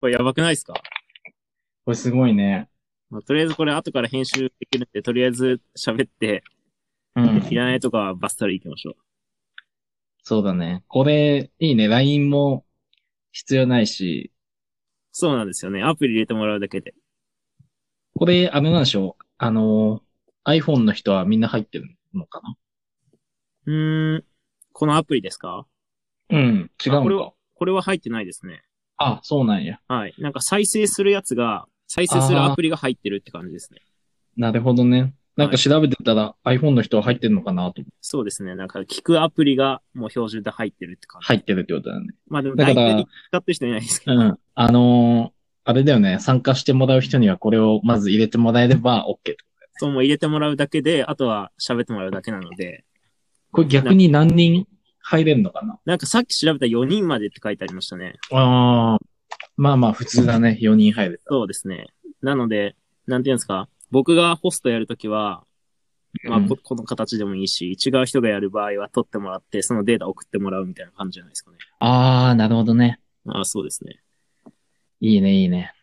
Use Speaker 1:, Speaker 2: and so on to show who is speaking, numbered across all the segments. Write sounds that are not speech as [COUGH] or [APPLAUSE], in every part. Speaker 1: これやばくないですか、
Speaker 2: これすごいね。
Speaker 1: まあ、とりあえずこれ後から編集できるんで、とりあえず喋って、
Speaker 2: うん。
Speaker 1: いらないとかはバッサリ行きましょう。
Speaker 2: そうだね。これ、いいね。LINE も必要ないし、
Speaker 1: そうなんですよね。アプリ入れてもらうだけで。
Speaker 2: これ、あれなんでしょう。あの、iPhone の人はみんな入ってるのかな
Speaker 1: うーん。このアプリですか
Speaker 2: うん。違う
Speaker 1: あこれ
Speaker 2: の
Speaker 1: は
Speaker 2: か。
Speaker 1: これは入ってないですね。
Speaker 2: あ、そうなんや。
Speaker 1: はい。なんか再生するやつが、再生するアプリが入ってるって感じですね。
Speaker 2: なるほどね。なんか調べてたら、iPhone の人は入ってるのかなと思って
Speaker 1: そうですね。なんか聞くアプリがもう標準で入ってるって感じ。
Speaker 2: 入ってるってことだね。
Speaker 1: まあでも
Speaker 2: だか
Speaker 1: 大
Speaker 2: ら
Speaker 1: 体使ってる人いないですけ
Speaker 2: う
Speaker 1: ど。 [LAUGHS]
Speaker 2: ん。あのーあれだよね。参加してもらう人にはこれをまず入れてもらえれば OK。
Speaker 1: そう、もう入れてもらうだけで、あとは喋ってもらうだけなので、
Speaker 2: これ逆に何人入れるのかな
Speaker 1: なんかさっき調べた4人までって書いてありましたね。
Speaker 2: ああ。まあまあ普通だね。4人入る。
Speaker 1: そうですね。なので、なんていうんですか、僕がホストやるときは、まあ
Speaker 2: うん
Speaker 1: こ、この形でもいいし、違う人がやる場合は取ってもらって、そのデータ送ってもらうみたいな感じじゃないですかね。
Speaker 2: ああ、なるほどね。
Speaker 1: ああ、そうですね。
Speaker 2: いいね、いいね。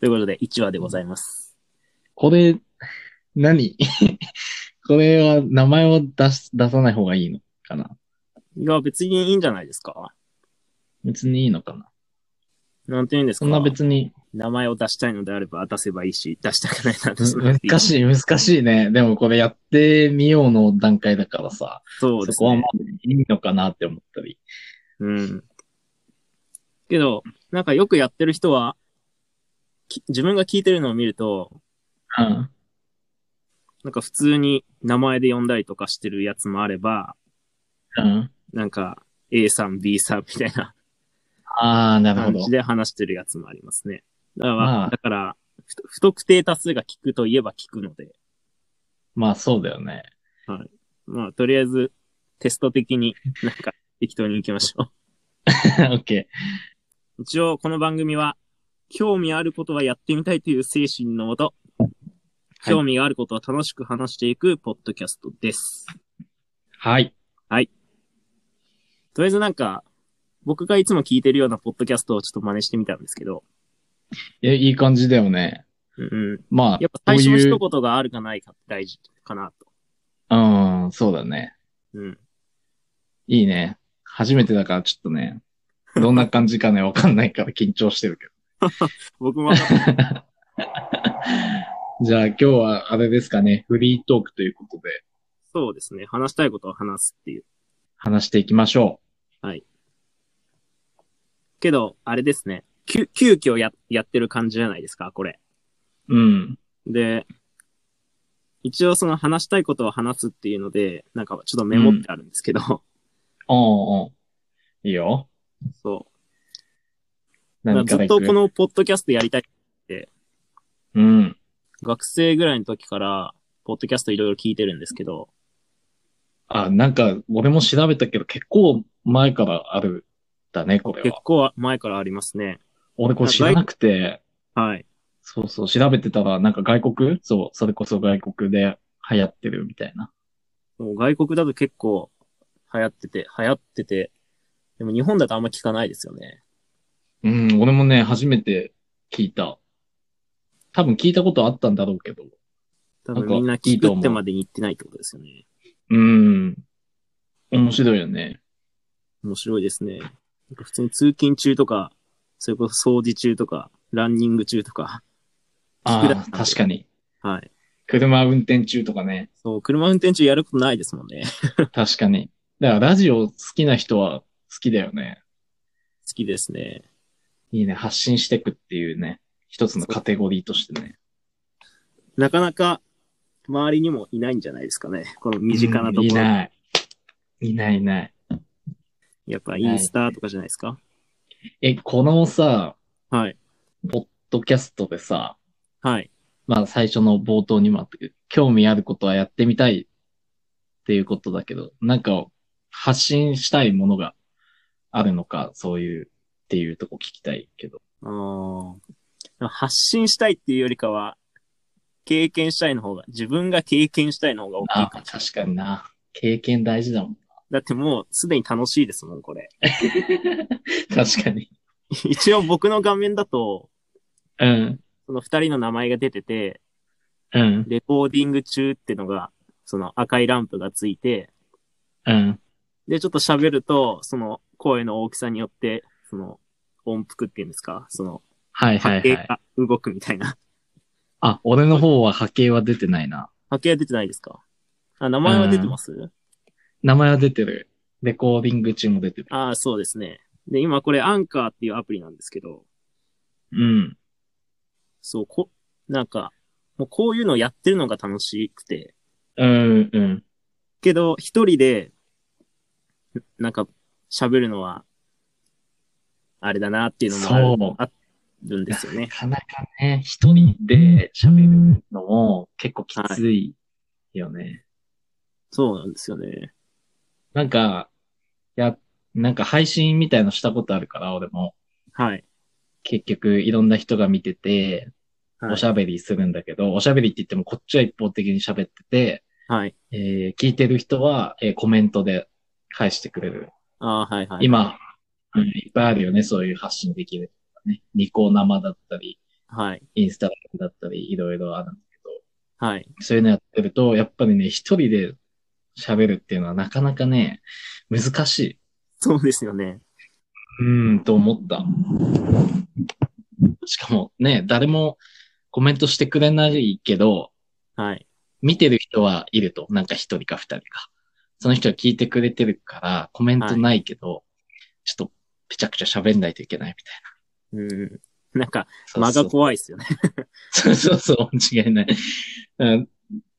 Speaker 1: ということで、1話でございます。
Speaker 2: これ、何 [LAUGHS] これは名前を出す、出さない方がいいのかない
Speaker 1: や、別にいいんじゃないですか。
Speaker 2: 別にいいのかな
Speaker 1: なんていうんですか。
Speaker 2: そんな別に、
Speaker 1: 名前を出したいのであれば出せばいいし、出したくないなら出さなくていい。
Speaker 2: 難
Speaker 1: い。
Speaker 2: しい、難しいね。でもこれやってみようの段階だからさ、
Speaker 1: そう
Speaker 2: そ
Speaker 1: です
Speaker 2: こは
Speaker 1: ね
Speaker 2: ま。あいいのかなって思ったり。
Speaker 1: うん。けど、なんかよくやってる人は、き自分が聞いてるのを見ると、
Speaker 2: うん。
Speaker 1: なんか普通に名前で呼んだりとかしてるやつもあれば、
Speaker 2: うん。
Speaker 1: なんか A さん、B さんみたいな
Speaker 2: ああ、なるほ
Speaker 1: 感
Speaker 2: ど
Speaker 1: じ。で話してるやつもありますね。だから、
Speaker 2: まあ
Speaker 1: だから不不特定多数が聞くといえば聞くので、
Speaker 2: まあそうだよね。 [LAUGHS]
Speaker 1: まあとりあえずテスト的になんか適当に行きましょう。 [LAUGHS]
Speaker 2: オッケ
Speaker 1: 一応、この番組は、興味あることはやってみたいという精神のもと、
Speaker 2: い
Speaker 1: 興味があることを楽しく話していくポッドキャストです。
Speaker 2: ー。はい。
Speaker 1: とりあえずなんか、僕がいつも聞いてるようなポッドキャストをちょっと真似してみたんですけど、
Speaker 2: え、いい感じだよね。
Speaker 1: うんうん、
Speaker 2: まあ、
Speaker 1: やっぱ最初の
Speaker 2: こういう
Speaker 1: 一言があるかないかって大事かなと。
Speaker 2: うん、そうだね。
Speaker 1: うん。
Speaker 2: いいね。初めてだからちょっとね、どんな感じかね、わかんないから緊張してるけど。 [LAUGHS]
Speaker 1: 僕もわかんない
Speaker 2: じゃあ今日はあれですかね、フリートークということで
Speaker 1: そうですね。 [LAUGHS] 話したいことを話すっていう。
Speaker 2: 話していきましょ
Speaker 1: けど、あれですね。急、急遽や、やってる感じじゃないですか、これ。
Speaker 2: う。うん。
Speaker 1: で、一応その話したいことを話すっていうので、なんかちょっとメモってあるんですけど、
Speaker 2: おうおういいよ。
Speaker 1: [LAUGHS] そう。
Speaker 2: 何
Speaker 1: ず
Speaker 2: から
Speaker 1: っ
Speaker 2: いく
Speaker 1: とこのポッドキャストやりたい。
Speaker 2: うん。
Speaker 1: 学生ぐらいの時から、ポッドキャストいろいろ聞いてるんですけど、
Speaker 2: あ、なんか、俺も調べたけど、結構前からある、だね、これ
Speaker 1: 結
Speaker 2: は。
Speaker 1: 構前からありますね。
Speaker 2: 俺これ知らなくて、
Speaker 1: はい。
Speaker 2: そうそう、調べてたら、なんか外国そう、それこそ外国で流行ってるみたいな。
Speaker 1: もう外国だと結構流行ってて、流行ってて、でも日本だとあんま聞かないですよね。
Speaker 2: うん、俺もね、初めて聞いた。多分聞いたことあったんだろうけど。
Speaker 1: 多
Speaker 2: な
Speaker 1: 分
Speaker 2: んか
Speaker 1: みんない聞
Speaker 2: いと
Speaker 1: く
Speaker 2: 思う
Speaker 1: ってまでに行ってないってことですよね。
Speaker 2: うん。面白いよね。
Speaker 1: 面白いですね。なんか普通に通勤中とか、それこそ掃除中とか、ランニング中とか、聞くだ
Speaker 2: あ
Speaker 1: け
Speaker 2: あ、確かに。
Speaker 1: はい。
Speaker 2: 車運転中とかね。
Speaker 1: そう、車運転中やることないですもんね。 [LAUGHS] 好
Speaker 2: 確かに。だからラジオ好きな人は好きだよね。
Speaker 1: きですね。
Speaker 2: いいね。発信してくっていうね。一つのカテゴリーとしてね。
Speaker 1: なかなか周りにもいないんじゃないですかね。この身近なところ。
Speaker 2: うんいない。いないいない。
Speaker 1: やっぱインスタとかじゃないですか。
Speaker 2: え、このさ、
Speaker 1: はい。
Speaker 2: ポッドキャストでさ、
Speaker 1: はい。
Speaker 2: まあ最初の冒頭にもあったけど、興味あることはやってみたいっていうことだけど、なんか発信したいものがあるのか、そういうっていうとこ聞きたいけど。
Speaker 1: あーでも発信したいっていうよりかは、経験したいの方が、自分が経験したいの方が大きい
Speaker 2: あ
Speaker 1: かもしれない
Speaker 2: 確かにな。経
Speaker 1: [LAUGHS]
Speaker 2: 験大事だもん。
Speaker 1: だってもうすでに楽しいですもん、これ。
Speaker 2: 確かに。
Speaker 1: [LAUGHS] 一応僕の画面だと、
Speaker 2: うん、
Speaker 1: その二人の名前が出てて、
Speaker 2: うん、
Speaker 1: レコーディング中ってのが、その赤いランプがついて、
Speaker 2: うん。
Speaker 1: で、ちょっと喋ると、その声の大きさによって、その音符っていうんですか、その
Speaker 2: はいは
Speaker 1: 波
Speaker 2: い
Speaker 1: 形
Speaker 2: はい。
Speaker 1: が動くみたいな。
Speaker 2: あ、俺の方は波形は出てないな。
Speaker 1: 波形は出てないですかあ、名前は出てます、
Speaker 2: 名前は出てる。レコーディング中も出てる。
Speaker 1: ああ、そうですね。で、今これアンカーっていうアプリなんですけど、
Speaker 2: うん。
Speaker 1: そう、こ、なんか、もうこういうのをやってるのが楽しくて、
Speaker 2: うん、うん。
Speaker 1: けど、一人で、ななんか、喋るのは、あれだなっていうのもある
Speaker 2: そう
Speaker 1: あるんですよ
Speaker 2: な
Speaker 1: ね。
Speaker 2: かなかね、一人で喋るのも結構きついよね。
Speaker 1: そうなんですよね。
Speaker 2: なんか、や、なんか配信みたいのしたことあるから、俺も。
Speaker 1: はい。
Speaker 2: 結局、いろんな人が見てて、
Speaker 1: はい
Speaker 2: おしゃべりするんだけど、おしゃべりって言ってもこっちは一方的に喋ってて、
Speaker 1: はい。
Speaker 2: えー聞いてる人は、えーコメントで返してくれる。
Speaker 1: ああ、はいはい。
Speaker 2: 今、うんいっぱいあるよね、そういう発信できる。ね、ニコ生だったり、
Speaker 1: はい。
Speaker 2: インスタライブだったり、いろいろあるんだけ
Speaker 1: はい。
Speaker 2: ど、そういうのやってると、やっぱりね、一人で喋るっていうのはなかなかね、難しい。
Speaker 1: そうですよね。
Speaker 2: うーん、と思った。しかもね、誰もコメントしてくれないけど、
Speaker 1: はい。
Speaker 2: 見てる人はいると。なんか一人か二人か。その人は聞いてくれてるから、コメントないけど、ちょっとぺちゃくちゃ喋んないといけないみたいな。
Speaker 1: うん。なんか、
Speaker 2: そう
Speaker 1: 間
Speaker 2: そう
Speaker 1: が怖いですよ
Speaker 2: [LAUGHS]
Speaker 1: ね。
Speaker 2: そうそうそう、間違いない。うん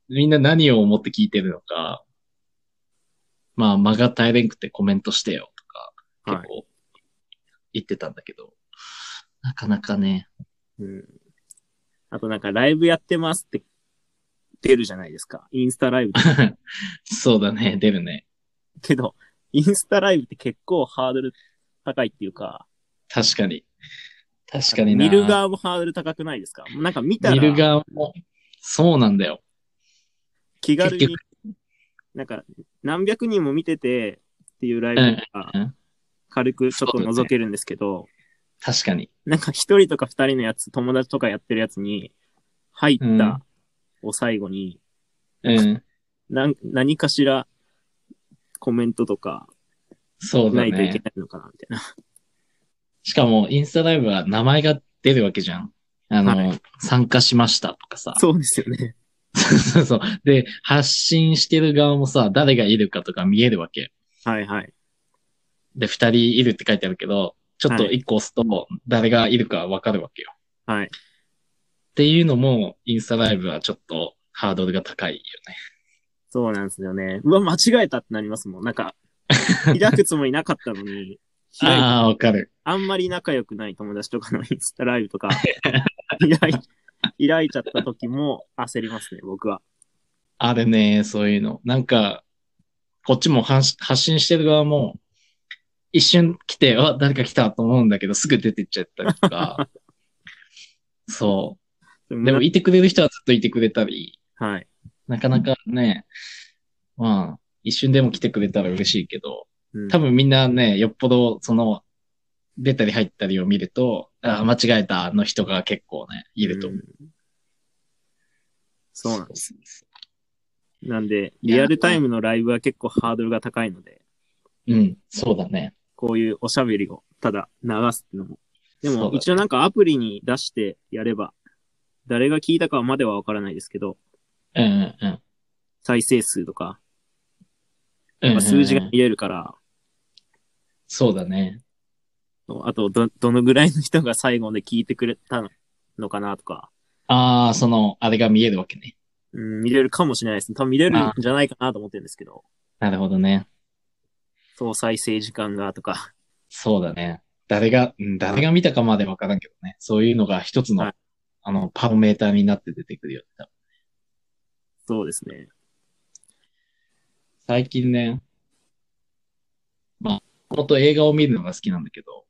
Speaker 2: みんな何を思って聞いてるのか、まあ間が耐えれんくてコメントしてよとか、
Speaker 1: はい
Speaker 2: 結構言ってたんだけど、なかなかね、
Speaker 1: うん。あとなんか、ライブやってますって出るじゃないですか。インスタライブ。
Speaker 2: そうだね、出るね。
Speaker 1: けど、インスタライブって結構ハードル高いっていうか、
Speaker 2: 確かに。確かにな。
Speaker 1: 見る側もハードル高くないですかなんか見た
Speaker 2: 見る
Speaker 1: ら
Speaker 2: 側も、そうなんだよ。
Speaker 1: 気軽
Speaker 2: 結
Speaker 1: に、なんか何百人も見ててっていうライブ
Speaker 2: うんう
Speaker 1: が
Speaker 2: ん
Speaker 1: 軽くちょっと覗けるんですけど、
Speaker 2: 確かに。
Speaker 1: なんか一人とか二人のやつ、友達とかやってるやつに入
Speaker 2: う
Speaker 1: っ
Speaker 2: ん
Speaker 1: たを最後に、
Speaker 2: うん。
Speaker 1: なん何かしらコメントとか
Speaker 2: そうだ
Speaker 1: ないといけ
Speaker 2: ね。
Speaker 1: ないのかなみたい
Speaker 2: [LAUGHS]
Speaker 1: な。
Speaker 2: しかも、インスタライブは名前が出るわけじゃん。あの、
Speaker 1: は
Speaker 2: 参加しましたとかさ。
Speaker 1: そうですよね。
Speaker 2: そう [LAUGHS] そうそう。で、発信してる側もさ、誰がいるかとか見えるわけ。
Speaker 1: はいはい。
Speaker 2: で、二人いるって書いてあるけど、ちょっと
Speaker 1: はい
Speaker 2: 一個押すと、誰がいるかわかるわけよ。
Speaker 1: はい。
Speaker 2: っていうのも、インスタライブはちょっとハードルが高いよね。
Speaker 1: そうなんですよね。うわ、間違えたってなりますもん。なん
Speaker 2: [LAUGHS]
Speaker 1: か、開くつもりなかったのに、開いて
Speaker 2: ああ、わかる。
Speaker 1: あんまり仲良くない友達とかのインスタライブとか、開い、開いちゃった時も焦りますね、僕は。
Speaker 2: あるね、そういうの。なんか、こっちも発発信してる側も、一瞬来て、あ、誰か来たと思うんだけど、すぐ出てっちゃったり
Speaker 1: [LAUGHS]
Speaker 2: とか。そ
Speaker 1: で
Speaker 2: う。でも、いてくれる人はずっといてくれたり、
Speaker 1: はい。
Speaker 2: なかなかね、まあ、一瞬でも来てくれたら嬉しいけど、
Speaker 1: うん
Speaker 2: 多分みんなね、よっぽど、その、出たり入ったりを見ると、あ間違えたの人が結構ね、いると思う。
Speaker 1: んそうなんで
Speaker 2: です。
Speaker 1: す。なんで、
Speaker 2: いや
Speaker 1: リアルタイムのライブは結構ハードルが高いので、
Speaker 2: うん、そうだね。
Speaker 1: こういうおしゃべりをただ流すっていうのも。で
Speaker 2: そう
Speaker 1: も
Speaker 2: だ、ね
Speaker 1: 一応なんかアプリに出してやれば、誰が聞いたかまではわからないですけど、
Speaker 2: うんうんうん。
Speaker 1: 再生数とか、
Speaker 2: うんうんうん
Speaker 1: 数字が見れるから、
Speaker 2: そうだね。
Speaker 1: あとど、どのぐらいの人が最後まで聞いてくれたのかなとか、
Speaker 2: ああ、その、あれが見えるわけね。
Speaker 1: うん、見れるかもしれないですね。多分見れるんじゃないかなと思ってるんですけど、
Speaker 2: なるほどね。
Speaker 1: 総再生時間がとか、 [LAUGHS]
Speaker 2: そうだね。誰が、うん誰が見たかまでわからんけどね。そういうのが一つの、
Speaker 1: はい
Speaker 2: あの、パロメーターになって出てくるよね。多分
Speaker 1: そうですね。
Speaker 2: 最近ね、まあ、もと映画を見るのが好きなんだけど、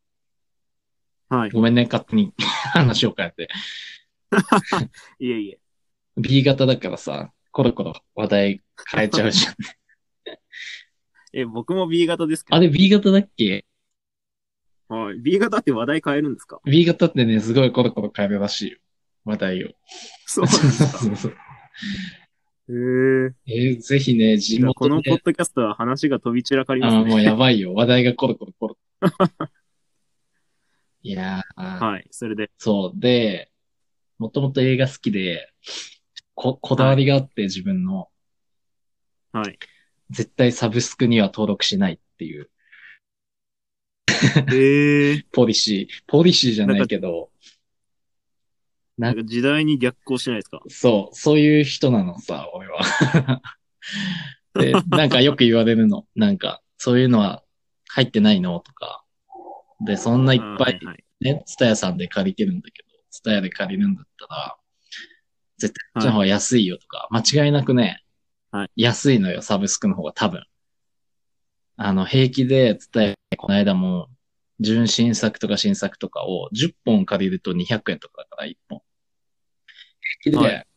Speaker 1: はい。
Speaker 2: ごめんね、勝手に [LAUGHS] 話を変えて。
Speaker 1: いえいえ。
Speaker 2: B 型だからさ、コロコロ話題変えちゃう
Speaker 1: [LAUGHS]
Speaker 2: じゃん。
Speaker 1: え、僕も B 型ですけ
Speaker 2: あ
Speaker 1: ど、
Speaker 2: れ B 型だっけ
Speaker 1: はい。B 型って話題変えるんですか
Speaker 2: B 型ってね、すごいコロコロ変えるらしいよ。話題を。
Speaker 1: そうなんです
Speaker 2: [LAUGHS]
Speaker 1: か。
Speaker 2: そうそう
Speaker 1: へえ
Speaker 2: えーぜひね、地
Speaker 1: じゃあこの
Speaker 2: 元
Speaker 1: ポッ
Speaker 2: で。
Speaker 1: ドキャストは話が飛び散らかります
Speaker 2: あ
Speaker 1: ね。
Speaker 2: あ、もうやばいよ。話題がコロコロコロ。いやー、
Speaker 1: はい。それで。
Speaker 2: そう。で、もともと映画好きで、こ、こだわりがあって自分の、
Speaker 1: はい。
Speaker 2: 絶対サブスクには登録しないっていう、
Speaker 1: へえ
Speaker 2: ポリシー、ポリシーじゃないけど、
Speaker 1: なんか時代に逆行しないですか
Speaker 2: そう、そういう人なのさ、俺は。 [LAUGHS] で、なんかよく言われるの。なんか、そういうのは入ってないのとか。で、そんないっぱい
Speaker 1: あーはい
Speaker 2: ね、ツタヤさんで借りてるんだけど、ツタヤで借りるんだったら、絶対こっちの方が安いよとか、間違いなくね、
Speaker 1: は
Speaker 2: 安いのよ、サブスクの方が多分。あの、平気で、ツタヤ、この間も、純新作とか新作とかを10本借りると200円とかだから、1本。平気
Speaker 1: は
Speaker 2: で、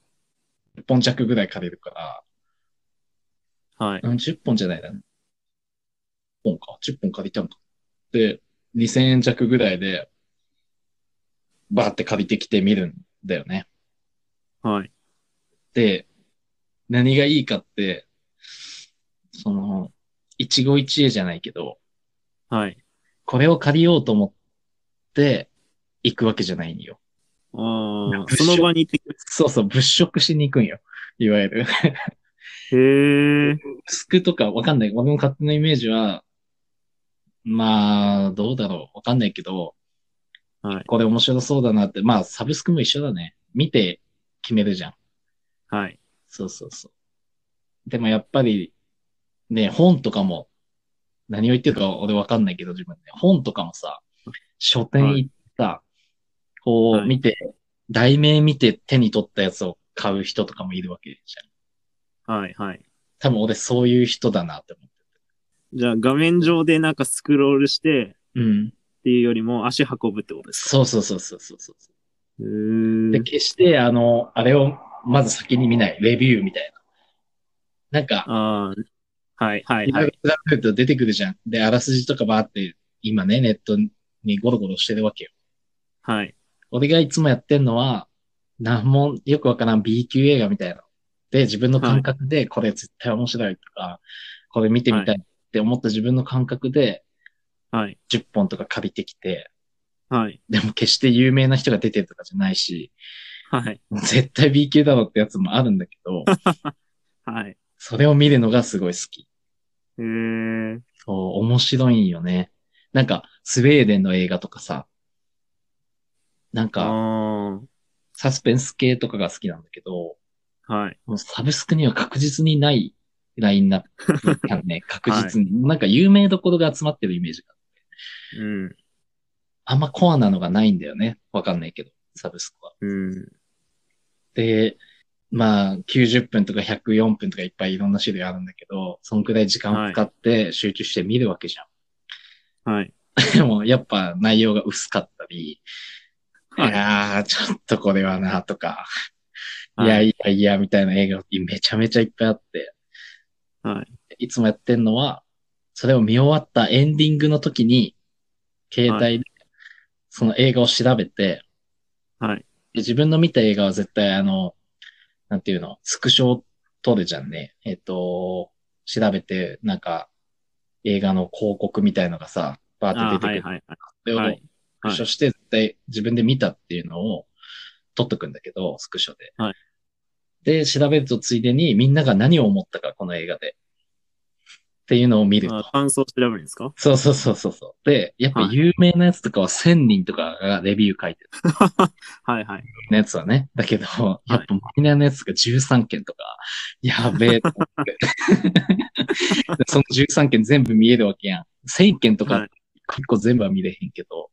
Speaker 2: 1本弱ぐらい借りるから、
Speaker 1: はい。
Speaker 2: うん、10本じゃないな。10本か。10本借りたんか。で、2000円弱ぐらいで、バーって借りてきて見るんだよね。
Speaker 1: はい。
Speaker 2: で、何がいいかって、その、一期一会じゃないけど、
Speaker 1: はい。
Speaker 2: これを借りようと思って行くわけじゃないんよ。
Speaker 1: ああ
Speaker 2: 物
Speaker 1: そ
Speaker 2: 色
Speaker 1: の場に行ってきま
Speaker 2: そうそう、物色しに行くんよ。いわゆる。
Speaker 1: す。へえ。
Speaker 2: スクとかわかんない。俺の勝手なイメージは、まあ、どうだろう。わかんないけど、
Speaker 1: はい。
Speaker 2: これ面白そうだなって。まあ、サブスクも一緒だね。見て決めるじゃん。
Speaker 1: はい。
Speaker 2: そうそうそう。でもやっぱり、ね、本とかも、何を言ってるか俺わかんないけど自分で、本とかもさ、書店行った、こ
Speaker 1: は
Speaker 2: う
Speaker 1: い
Speaker 2: 見て、題名見て手に取ったやつを買う人とかもいるわけじゃん。
Speaker 1: はい。はい。
Speaker 2: 多分俺そういう人だなって思って
Speaker 1: じゃあ画面上でなんかスクロールして
Speaker 2: る。うん。
Speaker 1: っていうよりも足運ぶってことです
Speaker 2: そうそうそうそうそうそう。
Speaker 1: かへ
Speaker 2: で、
Speaker 1: え。
Speaker 2: 決して、あの、あれをまず先に見ない、レビューみたいな。なんか、
Speaker 1: ああ。はい。はいい。
Speaker 2: ろい
Speaker 1: は
Speaker 2: ろ
Speaker 1: い。
Speaker 2: 調べると出てくるじゃん。で、あらすじとかばーって、今ね、ネットにゴロゴロしてるわけよ。
Speaker 1: はい。
Speaker 2: 俺がいつもやってんのは、なんもよくわからん B 級映画みたいなの。で、自分の感覚で、これ絶対面白いとか、これ見てみたいって思った自分の感覚で、
Speaker 1: はい。
Speaker 2: 10本とか借りてきて、
Speaker 1: はい。
Speaker 2: でも決して有名な人が出てるとかじゃないし、
Speaker 1: はい。
Speaker 2: 絶対 B 級だろってやつもあるんだけど、
Speaker 1: はい。
Speaker 2: それを見るのがすごい好き。
Speaker 1: へえ。
Speaker 2: そう、面白いんよね。なんか、スウェーデンの映画とかさ、なんか、
Speaker 1: あ
Speaker 2: サスペンス系とかが好きなんだけど、
Speaker 1: あ。はい。
Speaker 2: もうサブスクには確実にないラインナップやね、確実に。なんか有名どころが集まってるイメージが。
Speaker 1: うん。
Speaker 2: あんまコアなのがないんだよね。わかんないけど、サブスクは。
Speaker 1: うん。
Speaker 2: で、まあ、90分とか104分とかいっぱいいろんな種類あるんだけど、そんくらい時間を使って集中して見るわけじゃん。 [LAUGHS]
Speaker 1: はい。
Speaker 2: でも、やっぱ内容が薄かったり、い
Speaker 1: はい
Speaker 2: やー、ちょっとこれはな、とか、い
Speaker 1: はい
Speaker 2: やいやいや、みたいな映画めちゃめちゃいっぱいあって、。
Speaker 1: はい
Speaker 2: つもやってんのは、それを見終わったエンディングの時に、携帯で、その映画を調べて、
Speaker 1: はい。
Speaker 2: で自分の見た映画は絶対あの、なんていうの、スクショを撮るじゃんね。えっ、と、調べて、なんか、映画の広告みたいのがさ、バー
Speaker 1: あ
Speaker 2: って出てく
Speaker 1: は
Speaker 2: る
Speaker 1: い。。はい。はい
Speaker 2: それを
Speaker 1: はい
Speaker 2: スクショして、絶対自分で見たっていうのを取っとくんだけど、スクショで。
Speaker 1: はい
Speaker 2: で、調べるとついでにみんなが何を思ったか、この映画で。っていうのを見ると。
Speaker 1: あ感想を調べるんですか
Speaker 2: そうそうそうそうそう。で、やっぱ
Speaker 1: はい
Speaker 2: 有名なやつとかは1000人とかがレビュー書いてる
Speaker 1: はい。はい。
Speaker 2: やつはね。だけど、やっぱマイナーなやつが13件とか、や
Speaker 1: [LAUGHS]
Speaker 2: べえと思って。その13件全部見えるわけやん。1000件と
Speaker 1: は
Speaker 2: か
Speaker 1: い、
Speaker 2: 結構全部は見れへんけど。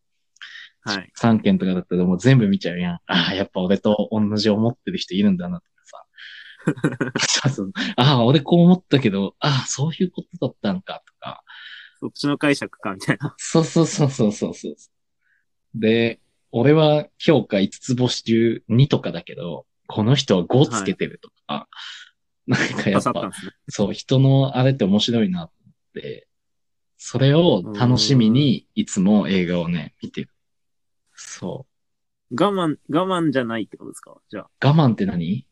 Speaker 1: はい。
Speaker 2: 3件とかだったらもう全部見ちゃうやん。ああ、やっぱ俺と同じ思ってる人いるんだなとか
Speaker 1: [LAUGHS]
Speaker 2: さ。そうそうああ、俺こう思ったけど、ああ、そういうことだったんかとか。
Speaker 1: そっちの解釈か、みたいな。
Speaker 2: そうそうそうそうそうそう。で、俺は評価5つ星中2とかだけど、この人は5つけてるとか、なんかや
Speaker 1: 刺
Speaker 2: っ
Speaker 1: さったん
Speaker 2: ぱ、
Speaker 1: ですね。
Speaker 2: そう、人のあれって面白いなって、それを楽しみに、いつも映画をね、見てる。そ
Speaker 1: 我慢、我慢じゃないってことですかじゃ
Speaker 2: う。我慢って何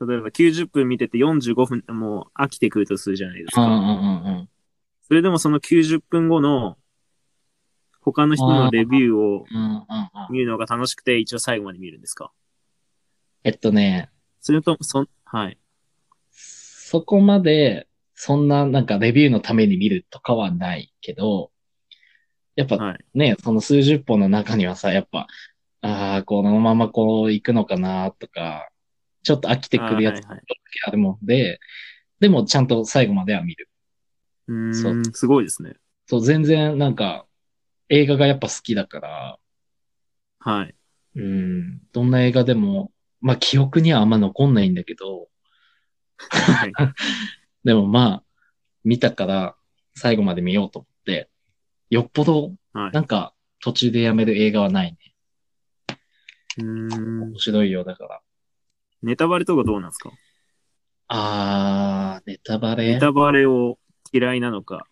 Speaker 1: あ、例えば90分見てて45分、もう飽きてくるとするじゃないです
Speaker 2: うんうん
Speaker 1: か。
Speaker 2: うんうん。
Speaker 1: それでもその90分後の、他の人のレビューを
Speaker 2: うんうんうん。
Speaker 1: 見るのが楽しくて、一応最後まで見るんですか
Speaker 2: えっとね、
Speaker 1: それと、そん、はい。
Speaker 2: そこまで、そんななんかレビューのために見るとかはないけど、やっぱ
Speaker 1: はい。
Speaker 2: ね、その数十本の中にはさ、やっぱ、ああ、このままこう行くのかなとか、ちょっと飽きてくるやつ
Speaker 1: あーはいはい
Speaker 2: あるもんで、でもちゃんと最後までは見る。
Speaker 1: う
Speaker 2: そ
Speaker 1: ーん、すごいですね。
Speaker 2: そう、全然なんか、映画がやっぱ好きだから、
Speaker 1: はい。
Speaker 2: うん、どんな映画でも、まあ記憶にはあんま残んないんだけど、 [LAUGHS]
Speaker 1: はい。
Speaker 2: でもまあ、見たから最後まで見ようと思って、よっぽど、
Speaker 1: はい
Speaker 2: なんか途中でやめる映画はないね。
Speaker 1: うーん。
Speaker 2: 面白いよ、だから。
Speaker 1: ネタバレとかどうなんですか
Speaker 2: あー、ネタバレ
Speaker 1: ネタバレを嫌いなのか、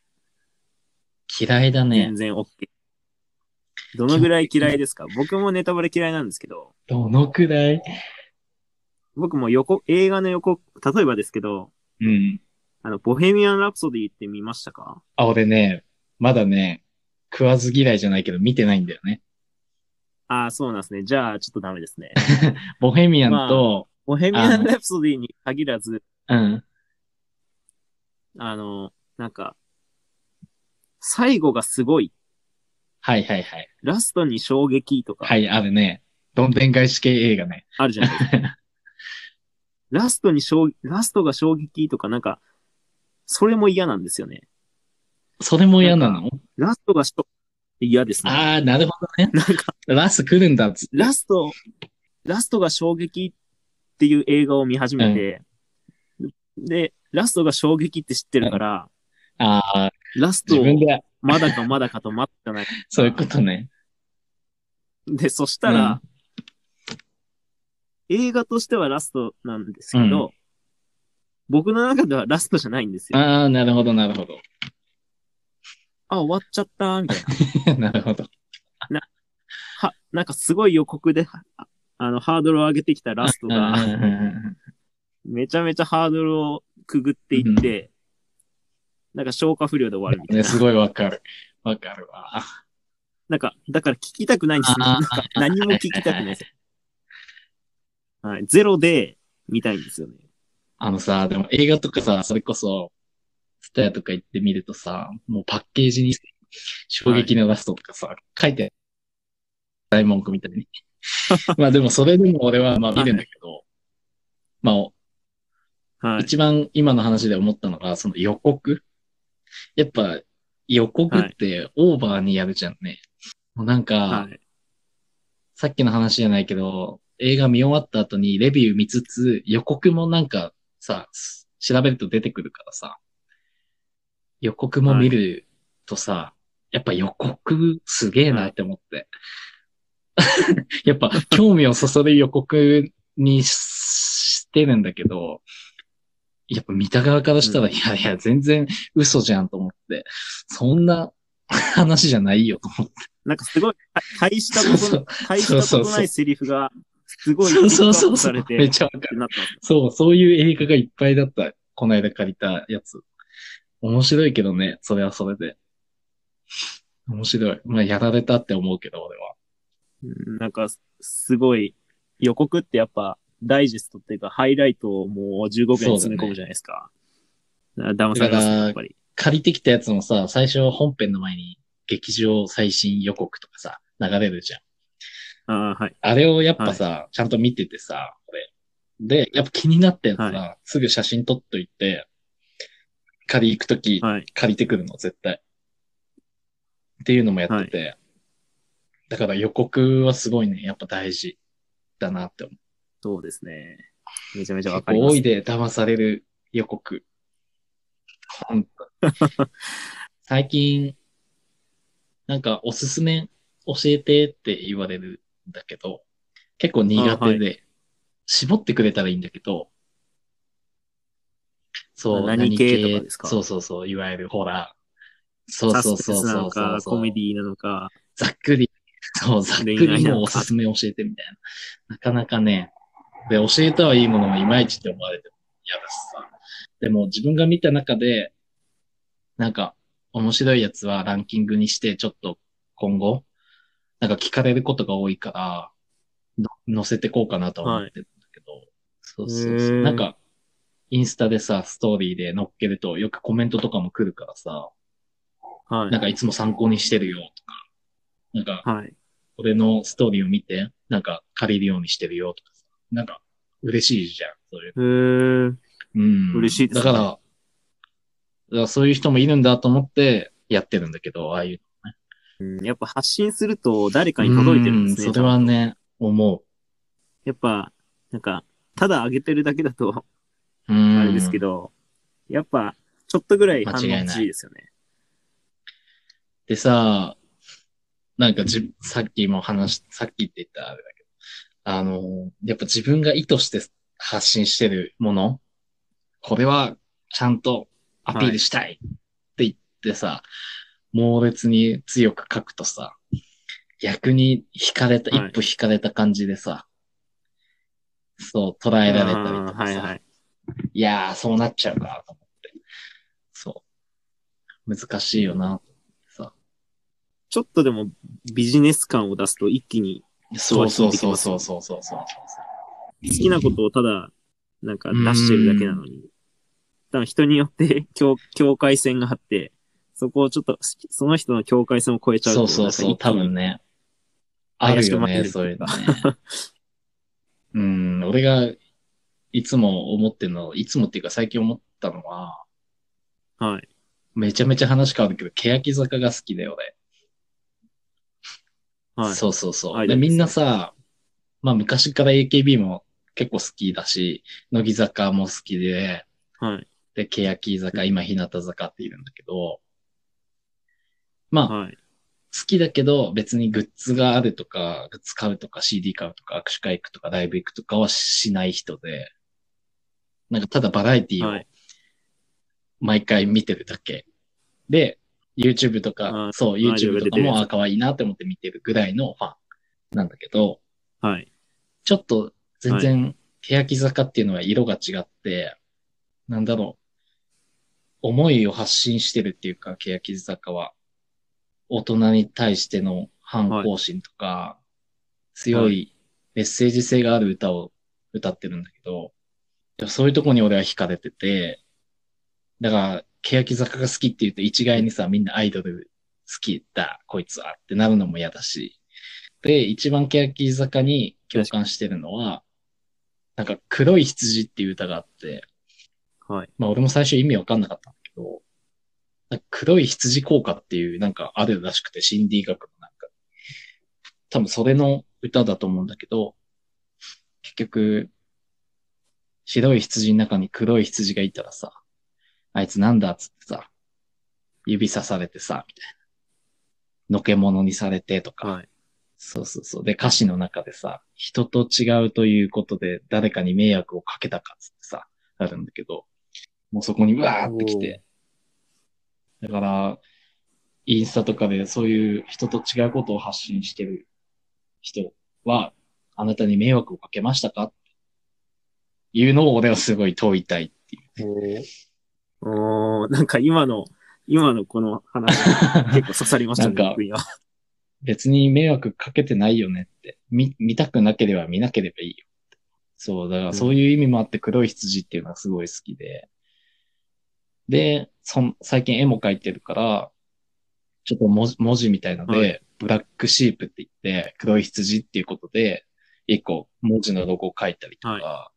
Speaker 2: 嫌いだね
Speaker 1: 全。然 OK。どのぐらい嫌いですか僕もネタバレ嫌いなんですけど、
Speaker 2: どのくらい
Speaker 1: 僕も横、映画の横、例えばですけど、
Speaker 2: うん。
Speaker 1: あの、ボヘミアン・ラプソディって見ましたか
Speaker 2: あ、俺ね、まだね、食わず嫌いじゃないけど見てないんだよね。
Speaker 1: ああ、そうなんですね。じゃあ、ちょっとダメ
Speaker 2: [LAUGHS]
Speaker 1: ですね。
Speaker 2: ボヘミアンと、
Speaker 1: ボヘミアン・ラプソディに限らず、
Speaker 2: うん。
Speaker 1: あの、なんか、最後がすごい、
Speaker 2: はいはいはい。
Speaker 1: ラストに衝撃とか、
Speaker 2: はい、あるね。どんでん返し系映画ね。 [LAUGHS]
Speaker 1: あるじゃないですか。ラストに衝撃、ラストが衝撃とか、なんか、それも嫌なんですよね。
Speaker 2: それも嫌なの
Speaker 1: ラストがしょ嫌ですね。
Speaker 2: あー、なるほどね。
Speaker 1: なんか、
Speaker 2: ラス来るんだっつって。
Speaker 1: ラスト、ラストが衝撃っていう映画を見始めて、で、ラストが衝撃って知ってるから、
Speaker 2: あー、
Speaker 1: ラス
Speaker 2: 自
Speaker 1: トを
Speaker 2: 分で、
Speaker 1: まだかまだかと待って
Speaker 2: [LAUGHS]
Speaker 1: ない。
Speaker 2: そういうことね。
Speaker 1: で、そしたら、映画としてはラストなんですけど、僕の中ではラストじゃないんです
Speaker 2: うん、
Speaker 1: よ。
Speaker 2: あー、なるほどなるほど。 [LAUGHS]
Speaker 1: あ、終わっちゃった、みたいな。
Speaker 2: なるほど。
Speaker 1: は、なんかすごい予告で、ああの、ハードルを上げてきたラスト
Speaker 2: うん
Speaker 1: が、
Speaker 2: うんうんうん
Speaker 1: めちゃめちゃハードルをくぐっていって、なんか消化不良で終わるみたい
Speaker 2: ね、
Speaker 1: な。
Speaker 2: すごいわかる。わかるわ。
Speaker 1: なんか、だから聞きたくないんですよ。
Speaker 2: あ
Speaker 1: な
Speaker 2: ー
Speaker 1: んか何も聞きたくないです。はい。ゼロで見たいんですよね。
Speaker 2: あのさ、でも映画とかさ、それこそ、ツタヤとか行ってみるとさ、もうパッケージに衝撃のラストとかさ、書いてある大文句みた
Speaker 1: [LAUGHS]
Speaker 2: いに。まあでもそれでも俺はまあ見るんだけど、まあお
Speaker 1: はい。
Speaker 2: 一番今の話で思ったのが、その予告やっぱ予告ってオーバーにやるじゃんね。もうなんか、
Speaker 1: はい。
Speaker 2: さっきの話じゃないけど、映画見終わった後にレビュー見つつ、予告もなんかさ、す調べると出てくるからさ、予告も見るとさ、やっぱ予告すげえなって思って。 [LAUGHS] やっぱ興味をそそる予告にししてるんだけど、やっぱ見た側からしたら、
Speaker 1: うん
Speaker 2: いやいや、全然嘘じゃんと思って、そんな話じゃないよと思って。
Speaker 1: なんかすごい、た大したこと
Speaker 2: そう
Speaker 1: な、大したことないセリフが、すごいピック
Speaker 2: [LAUGHS] そ
Speaker 1: ア
Speaker 2: うそ
Speaker 1: ッ
Speaker 2: うそう
Speaker 1: プ
Speaker 2: そ
Speaker 1: さ
Speaker 2: う。
Speaker 1: れて、
Speaker 2: めっちゃわかる
Speaker 1: ってなったんですよ
Speaker 2: そう、そういう映画がいっぱいだった。この間借りたやつ。面白いけどね、それはそれで。面白い。まあ、やられたって思うけど、俺は。
Speaker 1: うんなんか、すごい、予告ってやっぱ、ダイジェストっていうか、ハイライトをもう15秒に詰め込むじゃないですか。だから騙されますね、やっぱり。
Speaker 2: 借りてきたやつもさ、最初本編の前に劇場最新予告とかさ、流れるじゃん。
Speaker 1: ああ、はい。
Speaker 2: あれをやっぱさ、ちゃんと見ててさ、俺。で、やっぱ気になったやつさ、
Speaker 1: は
Speaker 2: すぐ写真撮っといて、借り行くとき、
Speaker 1: はい。
Speaker 2: 借りてくるの、絶対。っていうのもやってて。だから予告はすごいね、やっぱ大事だなって思う。
Speaker 1: そうですね。めちゃめちゃわ
Speaker 2: 結
Speaker 1: かり
Speaker 2: 構
Speaker 1: ま
Speaker 2: 多
Speaker 1: す
Speaker 2: い。で騙される予告。ほんと最近、なんかおすすめ教えてって言われるんだけど、結構苦手で、絞ってくれたらいいんだけど、そう、
Speaker 1: 何系
Speaker 2: 何
Speaker 1: とかですか
Speaker 2: そうそうそう、いわゆるホラー、そうそう
Speaker 1: サスペ
Speaker 2: そ
Speaker 1: ン
Speaker 2: う
Speaker 1: スな
Speaker 2: そ
Speaker 1: の
Speaker 2: うそ
Speaker 1: か
Speaker 2: う、そ
Speaker 1: コメ
Speaker 2: う
Speaker 1: デ。ィなのか、
Speaker 2: ざっくり、 [LAUGHS] そう、ざっく
Speaker 1: 恋愛
Speaker 2: り
Speaker 1: なの
Speaker 2: も
Speaker 1: か
Speaker 2: うおすすめ教えてみたいな。なかなかね、で、教えたはいいものがいまいちって思われても嫌だしさ。でも自分が見た中で、なんか面白いやつはランキングにして、ちょっと今後、なんか聞かれることが多いから、ど載せてこうかなとは思ってるんだけど、そうそうそ
Speaker 1: へ
Speaker 2: う
Speaker 1: ー
Speaker 2: う。なんか、インスタでさ、ストーリーで載っけると、よくコメントとかも来るからさ、
Speaker 1: はい。
Speaker 2: なんかいつも参考にしてるよとか、なんか
Speaker 1: はい。
Speaker 2: 俺のストーリーを見て、なんか借りるようにしてるよとかさ、なんか嬉しいじゃん、そういう。
Speaker 1: へー
Speaker 2: うん。
Speaker 1: 嬉しいですね
Speaker 2: だから、だからそういう人もいるんだと思ってやってるんだけど、ああいう。
Speaker 1: うんやっぱ発信すると誰かに届いてるんですね。
Speaker 2: うそれはね、思
Speaker 1: やっぱ、なんか、ただ上げてるだけだと、
Speaker 2: う。うん。
Speaker 1: あれですけど、やっぱ、ちょっとぐらい反応
Speaker 2: 間違いない
Speaker 1: 欲しいですよね。
Speaker 2: でさ、なんかじ、さっきも話し、さっきって言ったらあれだけど、あの、やっぱ自分が意図して発信してるもの、これはちゃんとアピールしたいって言ってさ、猛烈に強く書くとさ、逆に惹かれた、
Speaker 1: はい
Speaker 2: 一歩惹かれた感じでさ、そう、捉えられたりと
Speaker 1: あー
Speaker 2: か
Speaker 1: は
Speaker 2: さ、
Speaker 1: い
Speaker 2: い
Speaker 1: はい。
Speaker 2: やー、そうなっちゃうかと思って。そう。難しいよな、さ。
Speaker 1: ちょっとでもビジネス感を出すと一気に
Speaker 2: そうそうそうそうそうそうそう。
Speaker 1: 好きなことをただ、なんか出してるだけなのに。多分人によって [LAUGHS] 境、境界線があって、そこをちょっと、その人の境界線を越えちゃうと。
Speaker 2: そうそうそ
Speaker 1: なん
Speaker 2: う、
Speaker 1: か一
Speaker 2: 多
Speaker 1: 気に
Speaker 2: 分ね。あるよね、
Speaker 1: 怪しく
Speaker 2: そういう
Speaker 1: 紛れる
Speaker 2: のね。 [LAUGHS] うん、俺がいつも思ってるの、いつもっていうか最近思ったのは、
Speaker 1: はい。
Speaker 2: めちゃめちゃ話変わるけど、欅坂が好きだよ、俺。
Speaker 1: はい。
Speaker 2: そうそうそ
Speaker 1: ア
Speaker 2: う。
Speaker 1: イドル
Speaker 2: で、
Speaker 1: ですね
Speaker 2: みんなさ、まあ昔から AKB も結構好きだし、乃木坂も好きで、
Speaker 1: はい。
Speaker 2: で、欅坂、今、日向坂っているんだけど、まあ、
Speaker 1: はい。
Speaker 2: 好きだけど、別にグッズがあるとか、グッズ買うとか、CD 買うとか、握手会行くとか、ライブ行くとかはしない人で、なんかただバラエティ
Speaker 1: は
Speaker 2: を
Speaker 1: い。
Speaker 2: 毎回見てるだけ。で、YouTube と
Speaker 1: あ
Speaker 2: か
Speaker 1: ー、
Speaker 2: そう、
Speaker 1: ラジオ
Speaker 2: YouTube
Speaker 1: が
Speaker 2: と
Speaker 1: 出
Speaker 2: か
Speaker 1: てるやつ
Speaker 2: も、あ、可愛いなって思って見てるぐらいのファンなんだけど、
Speaker 1: はい。
Speaker 2: ちょっと全然、欅坂っていうのは色が違って、なんだろう。思いを発信してるっていうか、欅坂は。大人に対しての反抗心とか、強
Speaker 1: はい
Speaker 2: メッセージ性がある歌を歌ってるんだけど、でもそういうとこに俺は惹かれてて、だから、欅坂が好きって言うと一概にさ、みんなアイドル好きだ、こいつはってなるのも嫌だし。で、一番欅坂に共感してるのは、なんか、黒い羊っていう歌があって、
Speaker 1: はい。
Speaker 2: まあ俺も最初意味わかんなかったんだけど、なんか黒い羊効果っていうなんかあるらしくて、心理学のなんか、多分それの歌だと思うんだけど、結局、白い羊の中に黒い羊がいたらさ、あいつなんだっつってさ、指さされてさ、みたいな。のけものにされてとか、
Speaker 1: はい。
Speaker 2: そうそうそう。で、歌詞の中でさ、人と違うということで誰かに迷惑をかけたかっつってさ、あるんだけど、もうそこにうわーってきて。だから、インスタとかでそういう人と違うことを発信してる人は、あなたに迷惑をかけましたかっていうのを俺はすごい問いたいっていう。
Speaker 1: おーなんか今の、今のこの
Speaker 2: [LAUGHS]
Speaker 1: 話、 [LAUGHS] 結構刺さりましたね、
Speaker 2: なんか
Speaker 1: 僕には。
Speaker 2: 別に迷惑かけてないよねって。見、見たくなければ見なければいいよって。そう、だからそういう意味もあって黒い羊っていうのはすごい好きで。で、そん、最近絵も描いてるから、ちょっと文字文字みたいので、
Speaker 1: は
Speaker 2: ブラックシープって言って、黒い羊っていうことで、一個文字のロゴを書いたりとか、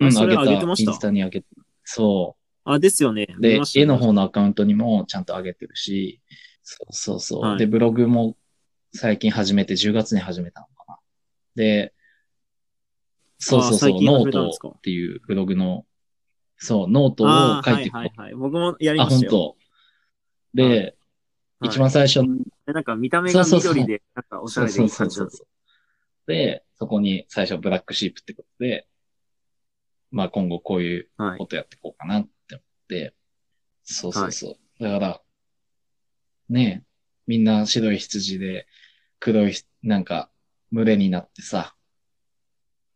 Speaker 1: いそれ上げてました
Speaker 2: インスタに上げて、そう。
Speaker 1: あ、ですよね。見
Speaker 2: で
Speaker 1: まし、た
Speaker 2: 絵の方のアカウントにもちゃんと上げてるし、そうそうそう。
Speaker 1: はい
Speaker 2: で、ブログも最近始めて、10月に始めたのかな。で、そうそうそう、
Speaker 1: 最近
Speaker 2: ノ
Speaker 1: 始
Speaker 2: ー
Speaker 1: めたん
Speaker 2: ト
Speaker 1: ですか
Speaker 2: っていうブログの、そう、ノート
Speaker 1: あ
Speaker 2: を
Speaker 1: ー
Speaker 2: 書いていくの。
Speaker 1: はいはいはい。僕もやり
Speaker 2: あ、
Speaker 1: まし
Speaker 2: 本
Speaker 1: たよ。
Speaker 2: 当。で、
Speaker 1: はいはい
Speaker 2: 一番最初の
Speaker 1: でなんか見た目が
Speaker 2: そうそうそ
Speaker 1: 緑
Speaker 2: う
Speaker 1: で、なんかおしゃれでいい感じなんですよ。
Speaker 2: で、そこに最初ブラックシープってことで、まあ今後こういう
Speaker 1: はい。
Speaker 2: ことやっていこうかなって思って、そうそうそう。だから、ね、みんな白い羊で、黒いひ、なんか、群れになってさ、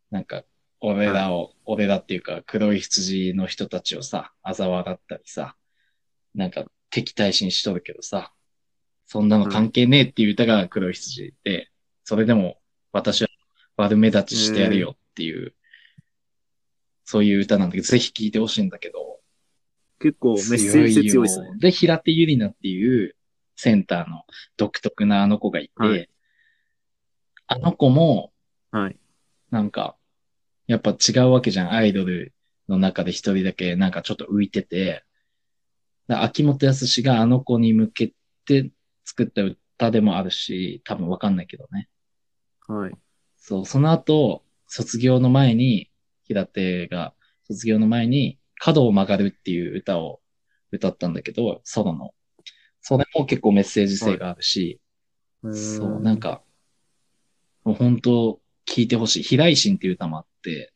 Speaker 2: なんか、俺らを、俺らっていうか、黒い羊の人たちをさ、嘲笑ったりさ、なんか、敵対心しとるけどさ、そんなの関係ねえっていう歌が黒い羊で、それでも、私は悪目立ちしてやるよっていう、そういう歌なんだけど、ぜひ聴いてほしいんだけど、
Speaker 1: 結構メッセージ性強いですね。
Speaker 2: よで、平手ゆりなっていうセンターの独特なあの子がいて、
Speaker 1: はい
Speaker 2: あの子も、
Speaker 1: はい。
Speaker 2: なんか、やっぱ違うわけじゃん。アイドルの中で一人だけなんかちょっと浮いてて、だ秋元康があの子に向けて作った歌でもあるし、多分わかんないけどね。
Speaker 1: はい。
Speaker 2: そう、その後、卒業の前に、平手が卒業の前に、角を曲がるっていう歌を歌ったんだけど、ソロの。それも結構メッセージ性があるし、そう、なん
Speaker 1: か。
Speaker 2: か、もう本当、聞いてほしい。飛来心っていう歌もあって、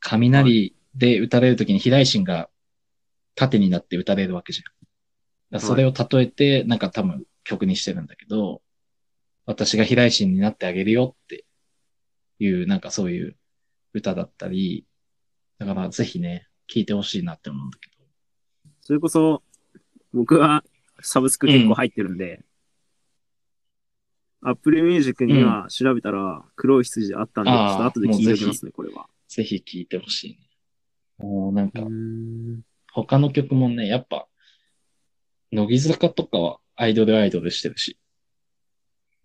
Speaker 2: 雷で打たれるときに飛来心が縦になって打たれるわけじゃん。だからそれを例えて、なんか多分曲にしてるんだけど、私が飛来心になってあげるよっていう、なんかそういう歌だったり、だからぜひね、聞いてほしいなって思うんだけど。
Speaker 1: それこそ、僕はサブスク結構入ってるんで、アップルミュージックには調べたら黒い羊あったんで、
Speaker 2: うん
Speaker 1: ち
Speaker 2: あー
Speaker 1: ょっと後で聞いておきますね、これは。
Speaker 2: ぜひ聞いてほしいね。もうなんか
Speaker 1: うー、ん
Speaker 2: 他の曲もね、やっぱ、乃木坂とかはアイドルアイドルしてるし、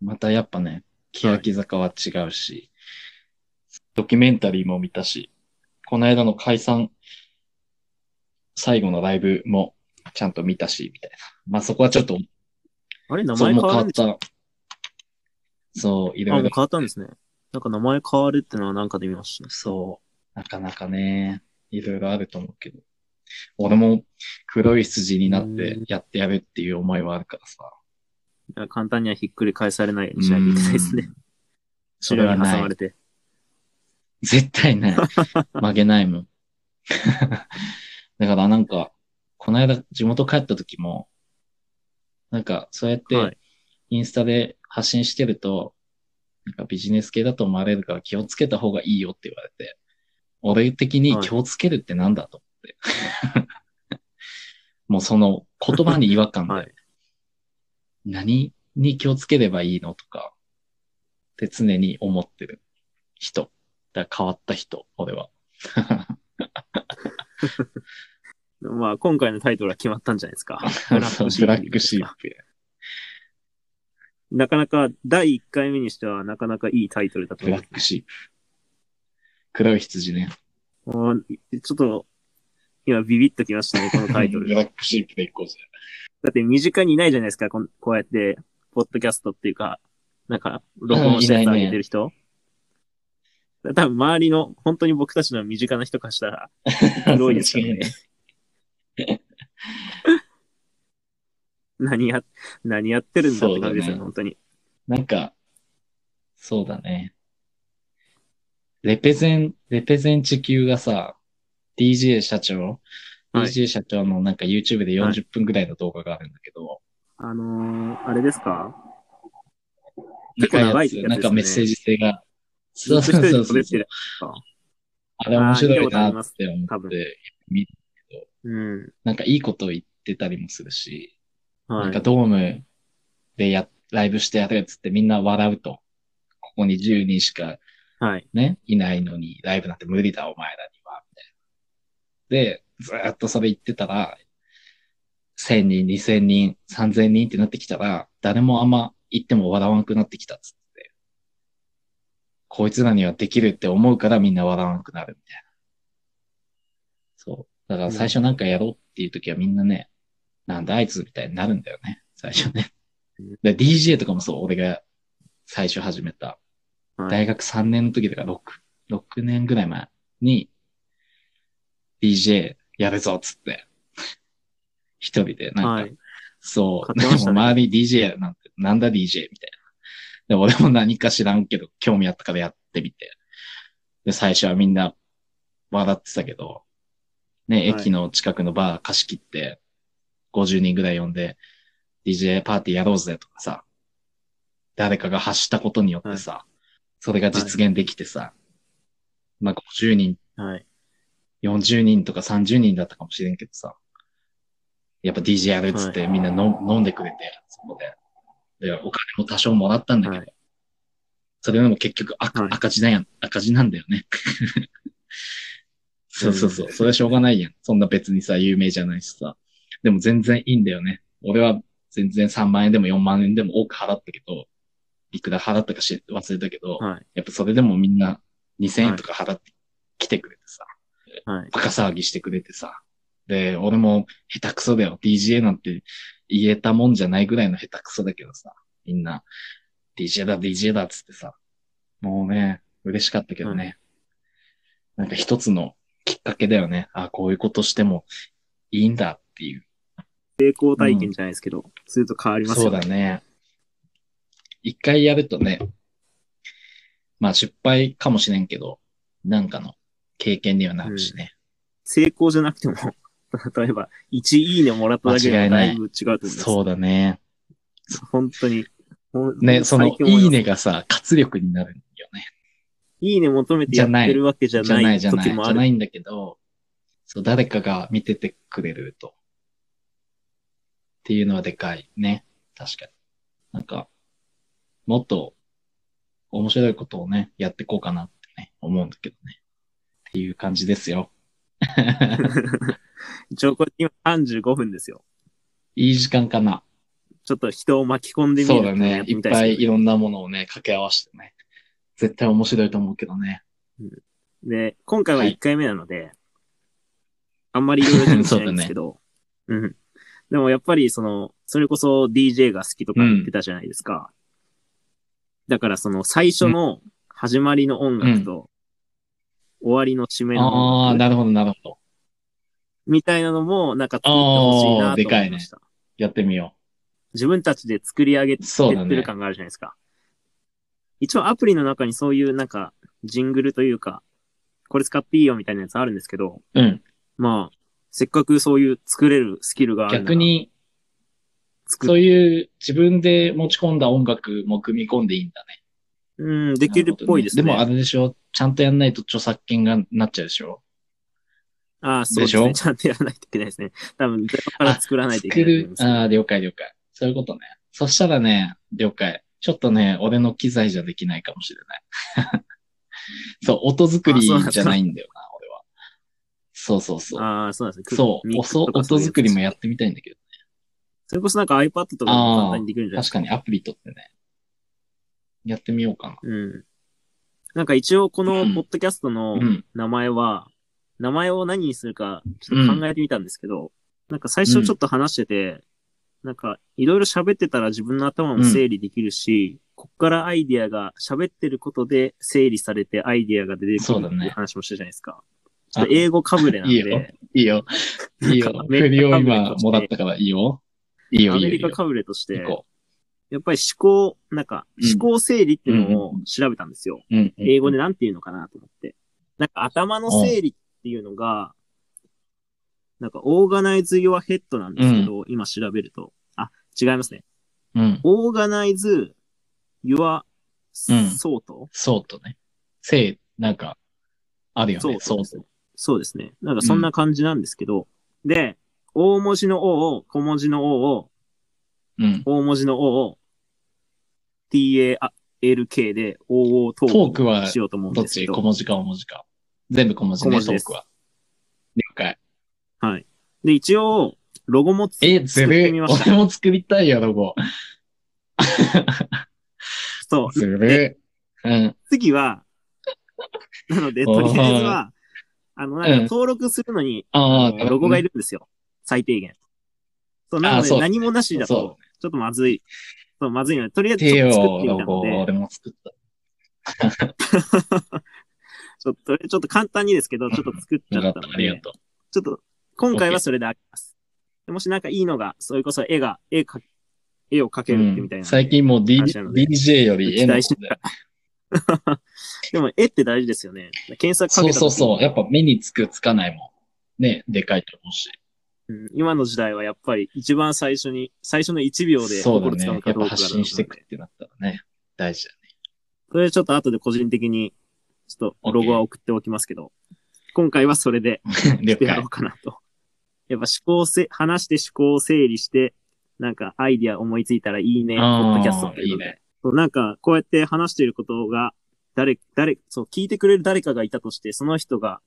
Speaker 2: またやっぱね、欅坂は違うし、ドキュメンタリーも見たし、この間の解散、最後のライブもちゃんと見たし、みたいな。まあそこはちょっと、
Speaker 1: あれ、名
Speaker 2: そう、
Speaker 1: 前変
Speaker 2: もう
Speaker 1: わ
Speaker 2: 変わ
Speaker 1: る
Speaker 2: っ
Speaker 1: んです
Speaker 2: た。そう、い
Speaker 1: あ、も
Speaker 2: ろいうろ
Speaker 1: 変。わったんですね。なんか名前変わるってのはなんかで見ましたね。
Speaker 2: そう、なかなかね、いろいろあると思うけど。俺も黒い羊になってやってやるっていう思いはあるからさ。
Speaker 1: だから簡単にはひっくり返されないようにしないといけないですね。
Speaker 2: それ
Speaker 1: 白
Speaker 2: は
Speaker 1: に挟
Speaker 2: な
Speaker 1: ま
Speaker 2: い
Speaker 1: れ。て。
Speaker 2: 絶対ない。
Speaker 1: [LAUGHS]
Speaker 2: 曲げないもん。 [LAUGHS] だからなんか、この間地元帰った時も、なんかそうやっ
Speaker 1: は
Speaker 2: て
Speaker 1: い
Speaker 2: インスタで発信してると、なんかビジネス系だと思われるから気をつけた方がいいよって言われて、俺的に気をつけるってなんだと思って。 [LAUGHS] もうその言葉に違和感で、
Speaker 1: はい
Speaker 2: 何に気をつければいいのとか、って常に思ってる人。だから変わった人、俺は。
Speaker 1: まあ、今回のタイトルは決まったんじゃないです
Speaker 2: [LAUGHS]
Speaker 1: か。
Speaker 2: ブ
Speaker 1: ブ
Speaker 2: ラ
Speaker 1: ラックシープ
Speaker 2: ックシープ。
Speaker 1: なかなか、第1回目にしては、なかなかいいタイトルだと
Speaker 2: ブ
Speaker 1: 思
Speaker 2: ラ
Speaker 1: う
Speaker 2: ッ。クシープ。黒い羊ね。
Speaker 1: もうちょっと、今ビビッときましたね、このタイトル。
Speaker 2: ブラックシープでいこうぜ。
Speaker 1: だって身近にいないじゃないですか、こんこうやって、ポッドキャストっていうか、なんか、録音したやつ上げてる人。多分周りの、本当に僕たちの身近な人からしたら、黒いですからね
Speaker 2: 確かに。
Speaker 1: 何や、何やってるんだって感じです
Speaker 2: そうだ
Speaker 1: よ
Speaker 2: ね
Speaker 1: ね、本当に。
Speaker 2: なんか、そうだね。レペゼン、レペゼン地球がさ、DJ 社長、
Speaker 1: はい
Speaker 2: DJ 社長のなんか YouTube で40分ぐらいの動画があるんだけど、
Speaker 1: あのー、あれですか
Speaker 2: なん
Speaker 1: 結
Speaker 2: か
Speaker 1: 構長い
Speaker 2: や
Speaker 1: やつで
Speaker 2: つ、
Speaker 1: すね
Speaker 2: なんかメッセージ性が。
Speaker 1: ず
Speaker 2: そう
Speaker 1: っと
Speaker 2: そ
Speaker 1: 一
Speaker 2: うそ
Speaker 1: 人で
Speaker 2: うそう
Speaker 1: 喋ってる。
Speaker 2: あれ面白いなって思
Speaker 1: あー見たことあります多
Speaker 2: って、
Speaker 1: うん。
Speaker 2: なんかいいこと言ってたりもするし、
Speaker 1: は
Speaker 2: なんか
Speaker 1: い。
Speaker 2: ドームでや、ライブしてやるやつってみんな笑うと。ここに10人しか
Speaker 1: はい。
Speaker 2: ね、いないのに、ライブなんて無理だ、お前らには、みたいな。で、ずーっとそれ言ってたら、1000人、2000人、3000人ってなってきたら、誰もあんま言っても笑わなくなってきたっつって。こいつらにはできるって思うからみんな笑わなくなるみたいな。そう。だから最初なんかやろうっていう時はみんなね、なんだあいつみたいになるんだよね。最初ね。で DJ とかもそう、俺が最初始めた。
Speaker 1: はい
Speaker 2: 大学3年の時とか6、6年ぐらい前に、DJ やるぞっつって、一人で、な
Speaker 1: は
Speaker 2: んか、
Speaker 1: い。
Speaker 2: そう、
Speaker 1: 買ってましたね
Speaker 2: でも周り DJ なんて、なんだ DJ みたいな。で、俺も何か知らんけど、興味あったからやってみて。で、最初はみんな笑ってたけど、ね、
Speaker 1: はい
Speaker 2: 駅の近くのバー貸し切って、50人ぐらい呼んで、 DJ パーティーやろうぜとかさ、誰かが発したことによってさ、それが実現できてさ、まあ50人、
Speaker 1: はい。
Speaker 2: 40人とか30人だったかもしれんけどさ、やっぱ DJ やるっつってみんなの、飲んでくれて、そこで。で、お金も多少もらったんだけど、
Speaker 1: は
Speaker 2: それでも結局赤,、
Speaker 1: はい
Speaker 2: 赤字なんや、赤字なんだよね。 [LAUGHS] そうそうそうう。
Speaker 1: ん
Speaker 2: それはしょうがないやん。そんな別にさ、有名じゃないしさ。でも全然いいんだよね。俺は全然3万円でも4万円でも多く払ったけど、いくら払ったかし忘れたけど、
Speaker 1: はい。
Speaker 2: やっぱそれでもみんな2000円とか払って来てくれてさ、
Speaker 1: はい。
Speaker 2: バカ騒ぎしてくれてさ。で、俺も下手くそだよ。DJ なんて言えたもんじゃないぐらいの下手くそだけどさ、みんな DJ だ DJ だっつってさ。もうね、嬉しかったけどね。なんか一つのきっかけだよね。あこういうことしてもいいんだっていう。
Speaker 1: 成功体験じゃないですけど、すると変わります
Speaker 2: そう
Speaker 1: よね。
Speaker 2: だね。一回やるとね、まあ失敗かもしれんけど、なんかの経験にはなるしね。
Speaker 1: 成功じゃなくても、 [LAUGHS] 例えば、1いいねもらっただけで
Speaker 2: 間
Speaker 1: も
Speaker 2: 違いな
Speaker 1: だ
Speaker 2: い
Speaker 1: いぶ違うと思います。
Speaker 2: そうだね。
Speaker 1: 本当に。ほん
Speaker 2: ね、その、
Speaker 1: 最近思
Speaker 2: いい
Speaker 1: ます
Speaker 2: ねがさ、活力になるんよね。
Speaker 1: いいね求めてやってるわけじゃ
Speaker 2: じゃ
Speaker 1: な
Speaker 2: ない
Speaker 1: い
Speaker 2: じゃない。
Speaker 1: 時
Speaker 2: じ
Speaker 1: も
Speaker 2: ゃ
Speaker 1: あ
Speaker 2: な
Speaker 1: る。
Speaker 2: いんだけど、そう、誰かが見ててくれると。っていうのはでかいね。確かに。なんか、もっと面白いことをね、やっていこうかなってね、思うんだけどね。っていう感じですよ。
Speaker 1: 一応これ今35分ですよ。
Speaker 2: いい時間かな。
Speaker 1: ちょっと人を巻き込んでみる
Speaker 2: そうだ
Speaker 1: っていうのや
Speaker 2: ね
Speaker 1: っ。て
Speaker 2: いっ
Speaker 1: みたです
Speaker 2: ぱ
Speaker 1: ね
Speaker 2: いいろんなものをね、掛け合わせてね。絶対面白いと思うけどね。
Speaker 1: で、今回は1回目なので、あんまりいろいろ準備しないん
Speaker 2: [LAUGHS]
Speaker 1: ですけど、うん。でもやっぱりその、それこそ DJ が好きとか言ってたじゃないですか。だからその最初の始まりの音楽と、終わりの締めの
Speaker 2: ああー、
Speaker 1: 音楽
Speaker 2: なるほど、なるほど。
Speaker 1: みたいなのもなんか作ってほしいなと思いました。
Speaker 2: やってみよ
Speaker 1: 自分たちで作り上げ
Speaker 2: う。
Speaker 1: て
Speaker 2: そうだ
Speaker 1: ってる
Speaker 2: ね。
Speaker 1: 感があるじゃないですか。一応アプリの中にそういうなんかジングルというか、これ使っていいよみたいなやつあるんですけど、
Speaker 2: うん。
Speaker 1: まあ、せっかくそういう作れるスキルがあるなら
Speaker 2: 逆、に、
Speaker 1: 作
Speaker 2: そう
Speaker 1: る。
Speaker 2: いう自分で持ち込んだ音楽も組み込んでいいんだね。
Speaker 1: うん、できるっぽいですね。
Speaker 2: なるほどでもあれでしょちゃんとやんないと著作権がなっちゃうでしょ
Speaker 1: ああ、そうです
Speaker 2: でし
Speaker 1: ね。
Speaker 2: ょ
Speaker 1: ちゃんとやらないといけないですね。多分、ゼロから作らないといけ
Speaker 2: 作
Speaker 1: ないと思い
Speaker 2: る
Speaker 1: ま。す。
Speaker 2: ああ、了解了解。そういうことね。そしたらね、了解。ちょっとね、俺の機材じゃできないかもしれない。 [LAUGHS] そう、音作り
Speaker 1: あそうなんですか
Speaker 2: じゃないんだよな、俺は。そうそうそう。
Speaker 1: ああ、そうなんですね。
Speaker 2: そう、
Speaker 1: ミックスと
Speaker 2: 音
Speaker 1: かそう
Speaker 2: 音
Speaker 1: いうやつ
Speaker 2: 作りもやってみたいんだけ
Speaker 1: それこそなんか iPad とかでも簡単にできるんじ
Speaker 2: ど、
Speaker 1: ゃないです
Speaker 2: 確かにアプリ取ってね。やってみようかな。
Speaker 1: か。うん。なんか一応この
Speaker 2: うん
Speaker 1: ポッドキャストの
Speaker 2: うん。
Speaker 1: 名前は、名前を何にするかちょっと考えてみたんですけど、なんか最初ちょっと話してて、なんかいろいろ喋ってたら自分の頭も整理できるし、こっからアイディアが喋ってることで整理されてアイディアが出てく
Speaker 2: そう
Speaker 1: る
Speaker 2: だ
Speaker 1: って
Speaker 2: ね
Speaker 1: いう話もしたじゃないですか。ちょっと英語かぶれなん
Speaker 2: いいよ
Speaker 1: で、
Speaker 2: いいよ。いいよ
Speaker 1: なんか。
Speaker 2: 振りを
Speaker 1: アメリカ
Speaker 2: 今
Speaker 1: として
Speaker 2: もらったからいいよ。いいよ、
Speaker 1: ア
Speaker 2: いいよ。
Speaker 1: メ
Speaker 2: いい
Speaker 1: リカ
Speaker 2: よ
Speaker 1: かぶれとして、
Speaker 2: 行こ
Speaker 1: やっぱり思考、なんか
Speaker 2: うん
Speaker 1: 思考整理っていうのを調べたんですよ。
Speaker 2: う。うんうん
Speaker 1: 英語でなんて言うのかなと思って。なんか頭の整理っていうのが、なんかオーガナイズ・ヨア・ヘッドなんですけど、今調べると。あ、違いますね。
Speaker 2: うん。
Speaker 1: オーガナイズ・ヨア・ソ
Speaker 2: うん
Speaker 1: ート
Speaker 2: そうとね。せい、なんか、あるよね。そうと。
Speaker 1: そうですね。なんかそんな感じなんですけど、で、大文字の O を、小文字の O を、
Speaker 2: うん。
Speaker 1: 大文字の O を、TALK で OO ト
Speaker 2: ト
Speaker 1: ー
Speaker 2: ークは
Speaker 1: クし、ようと思うん
Speaker 2: どっ
Speaker 1: ですけ
Speaker 2: ち
Speaker 1: ど。
Speaker 2: 小文字か大文字か。全部小文字ね、
Speaker 1: 小文字
Speaker 2: ト
Speaker 1: で
Speaker 2: ー
Speaker 1: す
Speaker 2: クは。了解。
Speaker 1: で、一応、ロゴもつ
Speaker 2: え、ず
Speaker 1: 作って
Speaker 2: る
Speaker 1: み
Speaker 2: い。
Speaker 1: ました
Speaker 2: 俺も作りたいよ、ロゴ。 [LAUGHS]
Speaker 1: そう、
Speaker 2: ずるい。うん。
Speaker 1: 次は、な
Speaker 2: [LAUGHS]
Speaker 1: ので、とりあえずは、あの、なん
Speaker 2: うん
Speaker 1: か登録するのに、
Speaker 2: ああ、
Speaker 1: ロゴがい
Speaker 2: る
Speaker 1: るんですよ。最低限。そう、なの
Speaker 2: あそう
Speaker 1: で何もなし
Speaker 2: ほどね。
Speaker 1: だ
Speaker 2: そ
Speaker 1: と、ちょっとまずい。そう、まずいので、とりあえ
Speaker 2: う。
Speaker 1: ずち
Speaker 2: 手
Speaker 1: ょっと作
Speaker 2: を、
Speaker 1: ってみたの
Speaker 2: ロゴ、
Speaker 1: で、
Speaker 2: 俺も作った。
Speaker 1: ちょっと、ちょっと簡単にですけど、ちょっと作っちゃ
Speaker 2: よか
Speaker 1: っ
Speaker 2: ったた
Speaker 1: の、
Speaker 2: ありが
Speaker 1: で、
Speaker 2: とう。
Speaker 1: ちょっと、今回はそれであります。でもしなんかいいのが、それこそ絵が、絵か、絵を描けるってみたいなので、
Speaker 2: うん最近もう D-
Speaker 1: 話なので
Speaker 2: DJ より絵の方で。
Speaker 1: でも絵って大事ですよね。検索か
Speaker 2: そ
Speaker 1: け
Speaker 2: う
Speaker 1: た
Speaker 2: そう
Speaker 1: 時
Speaker 2: そう。や
Speaker 1: に
Speaker 2: っぱ目につくつかないもん。ね、でかいと思うし。
Speaker 1: うん今の時代はやっぱり一番最初に、最初の1秒で
Speaker 2: そうだ
Speaker 1: つ
Speaker 2: ね。
Speaker 1: かむか
Speaker 2: やっ
Speaker 1: どう
Speaker 2: ぱ
Speaker 1: かだ
Speaker 2: 発
Speaker 1: と思うん
Speaker 2: 信して
Speaker 1: で
Speaker 2: いくってなったらね、大事だね。
Speaker 1: それちょっと後で個人的に、ちょっとロゴは送っておきますけど、今回はそれ [LAUGHS] で
Speaker 2: 了
Speaker 1: やろう。か
Speaker 2: 解
Speaker 1: なと。やっぱ思考せ、話して思考を整理して、なんかアイディア思いついたらいいね、ポ
Speaker 2: あー
Speaker 1: ッドキャストっていうので
Speaker 2: いいね
Speaker 1: そうなんか、こうやって話していることが、誰、誰、そう、聞いてくれる誰かがいたとして、その人が、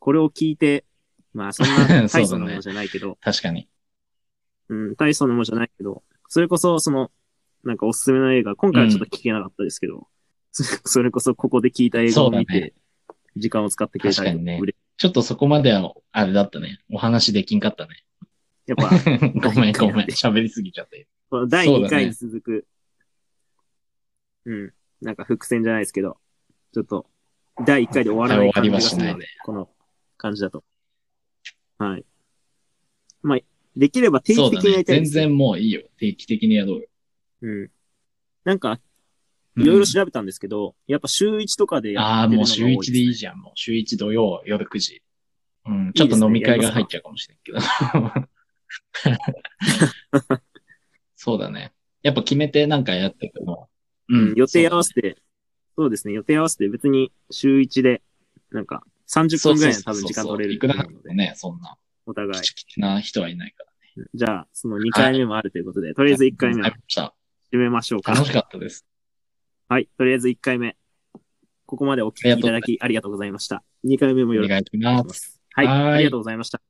Speaker 1: これを聞いて、まあ、そん
Speaker 2: [LAUGHS]
Speaker 1: な
Speaker 2: そう
Speaker 1: 大
Speaker 2: だね
Speaker 1: 層なものじゃないけど、
Speaker 2: 確かに。
Speaker 1: うん、大層なものじゃないけど、それこそ、その、なんかおすすめの映画、今回はちょっと聞けなかったですけど、そそれこそここで聞いた映画を見
Speaker 2: そうだ
Speaker 1: て、時間を使ってくれたり
Speaker 2: 確かにね
Speaker 1: うれ
Speaker 2: ちょっとそこまでは、あれだったね。お話できんかったね。
Speaker 1: やっぱ、
Speaker 2: [LAUGHS] ごめんごめん。喋りすぎちゃって。
Speaker 1: この第
Speaker 2: そうだね
Speaker 1: 2回に続く、うん、なんか伏線じゃないですけど、ちょっと、第1回で終わらない感じがする
Speaker 2: 終わ
Speaker 1: の
Speaker 2: りはしな
Speaker 1: で、この感じだと。はい。まあ、できれば定
Speaker 2: そ
Speaker 1: 期
Speaker 2: うだ
Speaker 1: 的にや
Speaker 2: ね。
Speaker 1: りたい
Speaker 2: 全
Speaker 1: ですね。
Speaker 2: 然もういいよ。定期的にやろうよ。
Speaker 1: うん。なんか、
Speaker 2: うん
Speaker 1: いろいろ調べたんですけど、やっぱ週1とかでや
Speaker 2: あ
Speaker 1: っ
Speaker 2: あ、
Speaker 1: てる
Speaker 2: も
Speaker 1: のが多いで
Speaker 2: う
Speaker 1: す、ね。
Speaker 2: 週一でいいじゃん。もう週一土曜夜9時。うん、ちょっと飲み会が入っちゃうかもしれんけど。 [LAUGHS] そうだね。やっぱ決めてなんかやってくの。う
Speaker 1: うん、予定合わせて、そうですね、予定合わせて別に週1で、なんか30
Speaker 2: そう
Speaker 1: 分ぐ
Speaker 2: そ
Speaker 1: ら
Speaker 2: う
Speaker 1: いの多分時間取れる
Speaker 2: いく
Speaker 1: と
Speaker 2: ら
Speaker 1: 思
Speaker 2: なん
Speaker 1: う
Speaker 2: で
Speaker 1: の
Speaker 2: も
Speaker 1: で、
Speaker 2: ね、そんな、
Speaker 1: お互い
Speaker 2: き。ちきちな人はいないから。
Speaker 1: じゃあ、その2回目もあるということで、とりあえず1回目
Speaker 2: は
Speaker 1: はい
Speaker 2: した
Speaker 1: 締めましょうか。
Speaker 2: 楽しかったです。
Speaker 1: はい、とりあえず1回目。ここまでお聞きいただきありがとうございました。2回目も
Speaker 2: お
Speaker 1: よろしくお
Speaker 2: 願いし
Speaker 1: 願
Speaker 2: ま。
Speaker 1: いしますす。はい、
Speaker 2: はい
Speaker 1: ありがとうございました。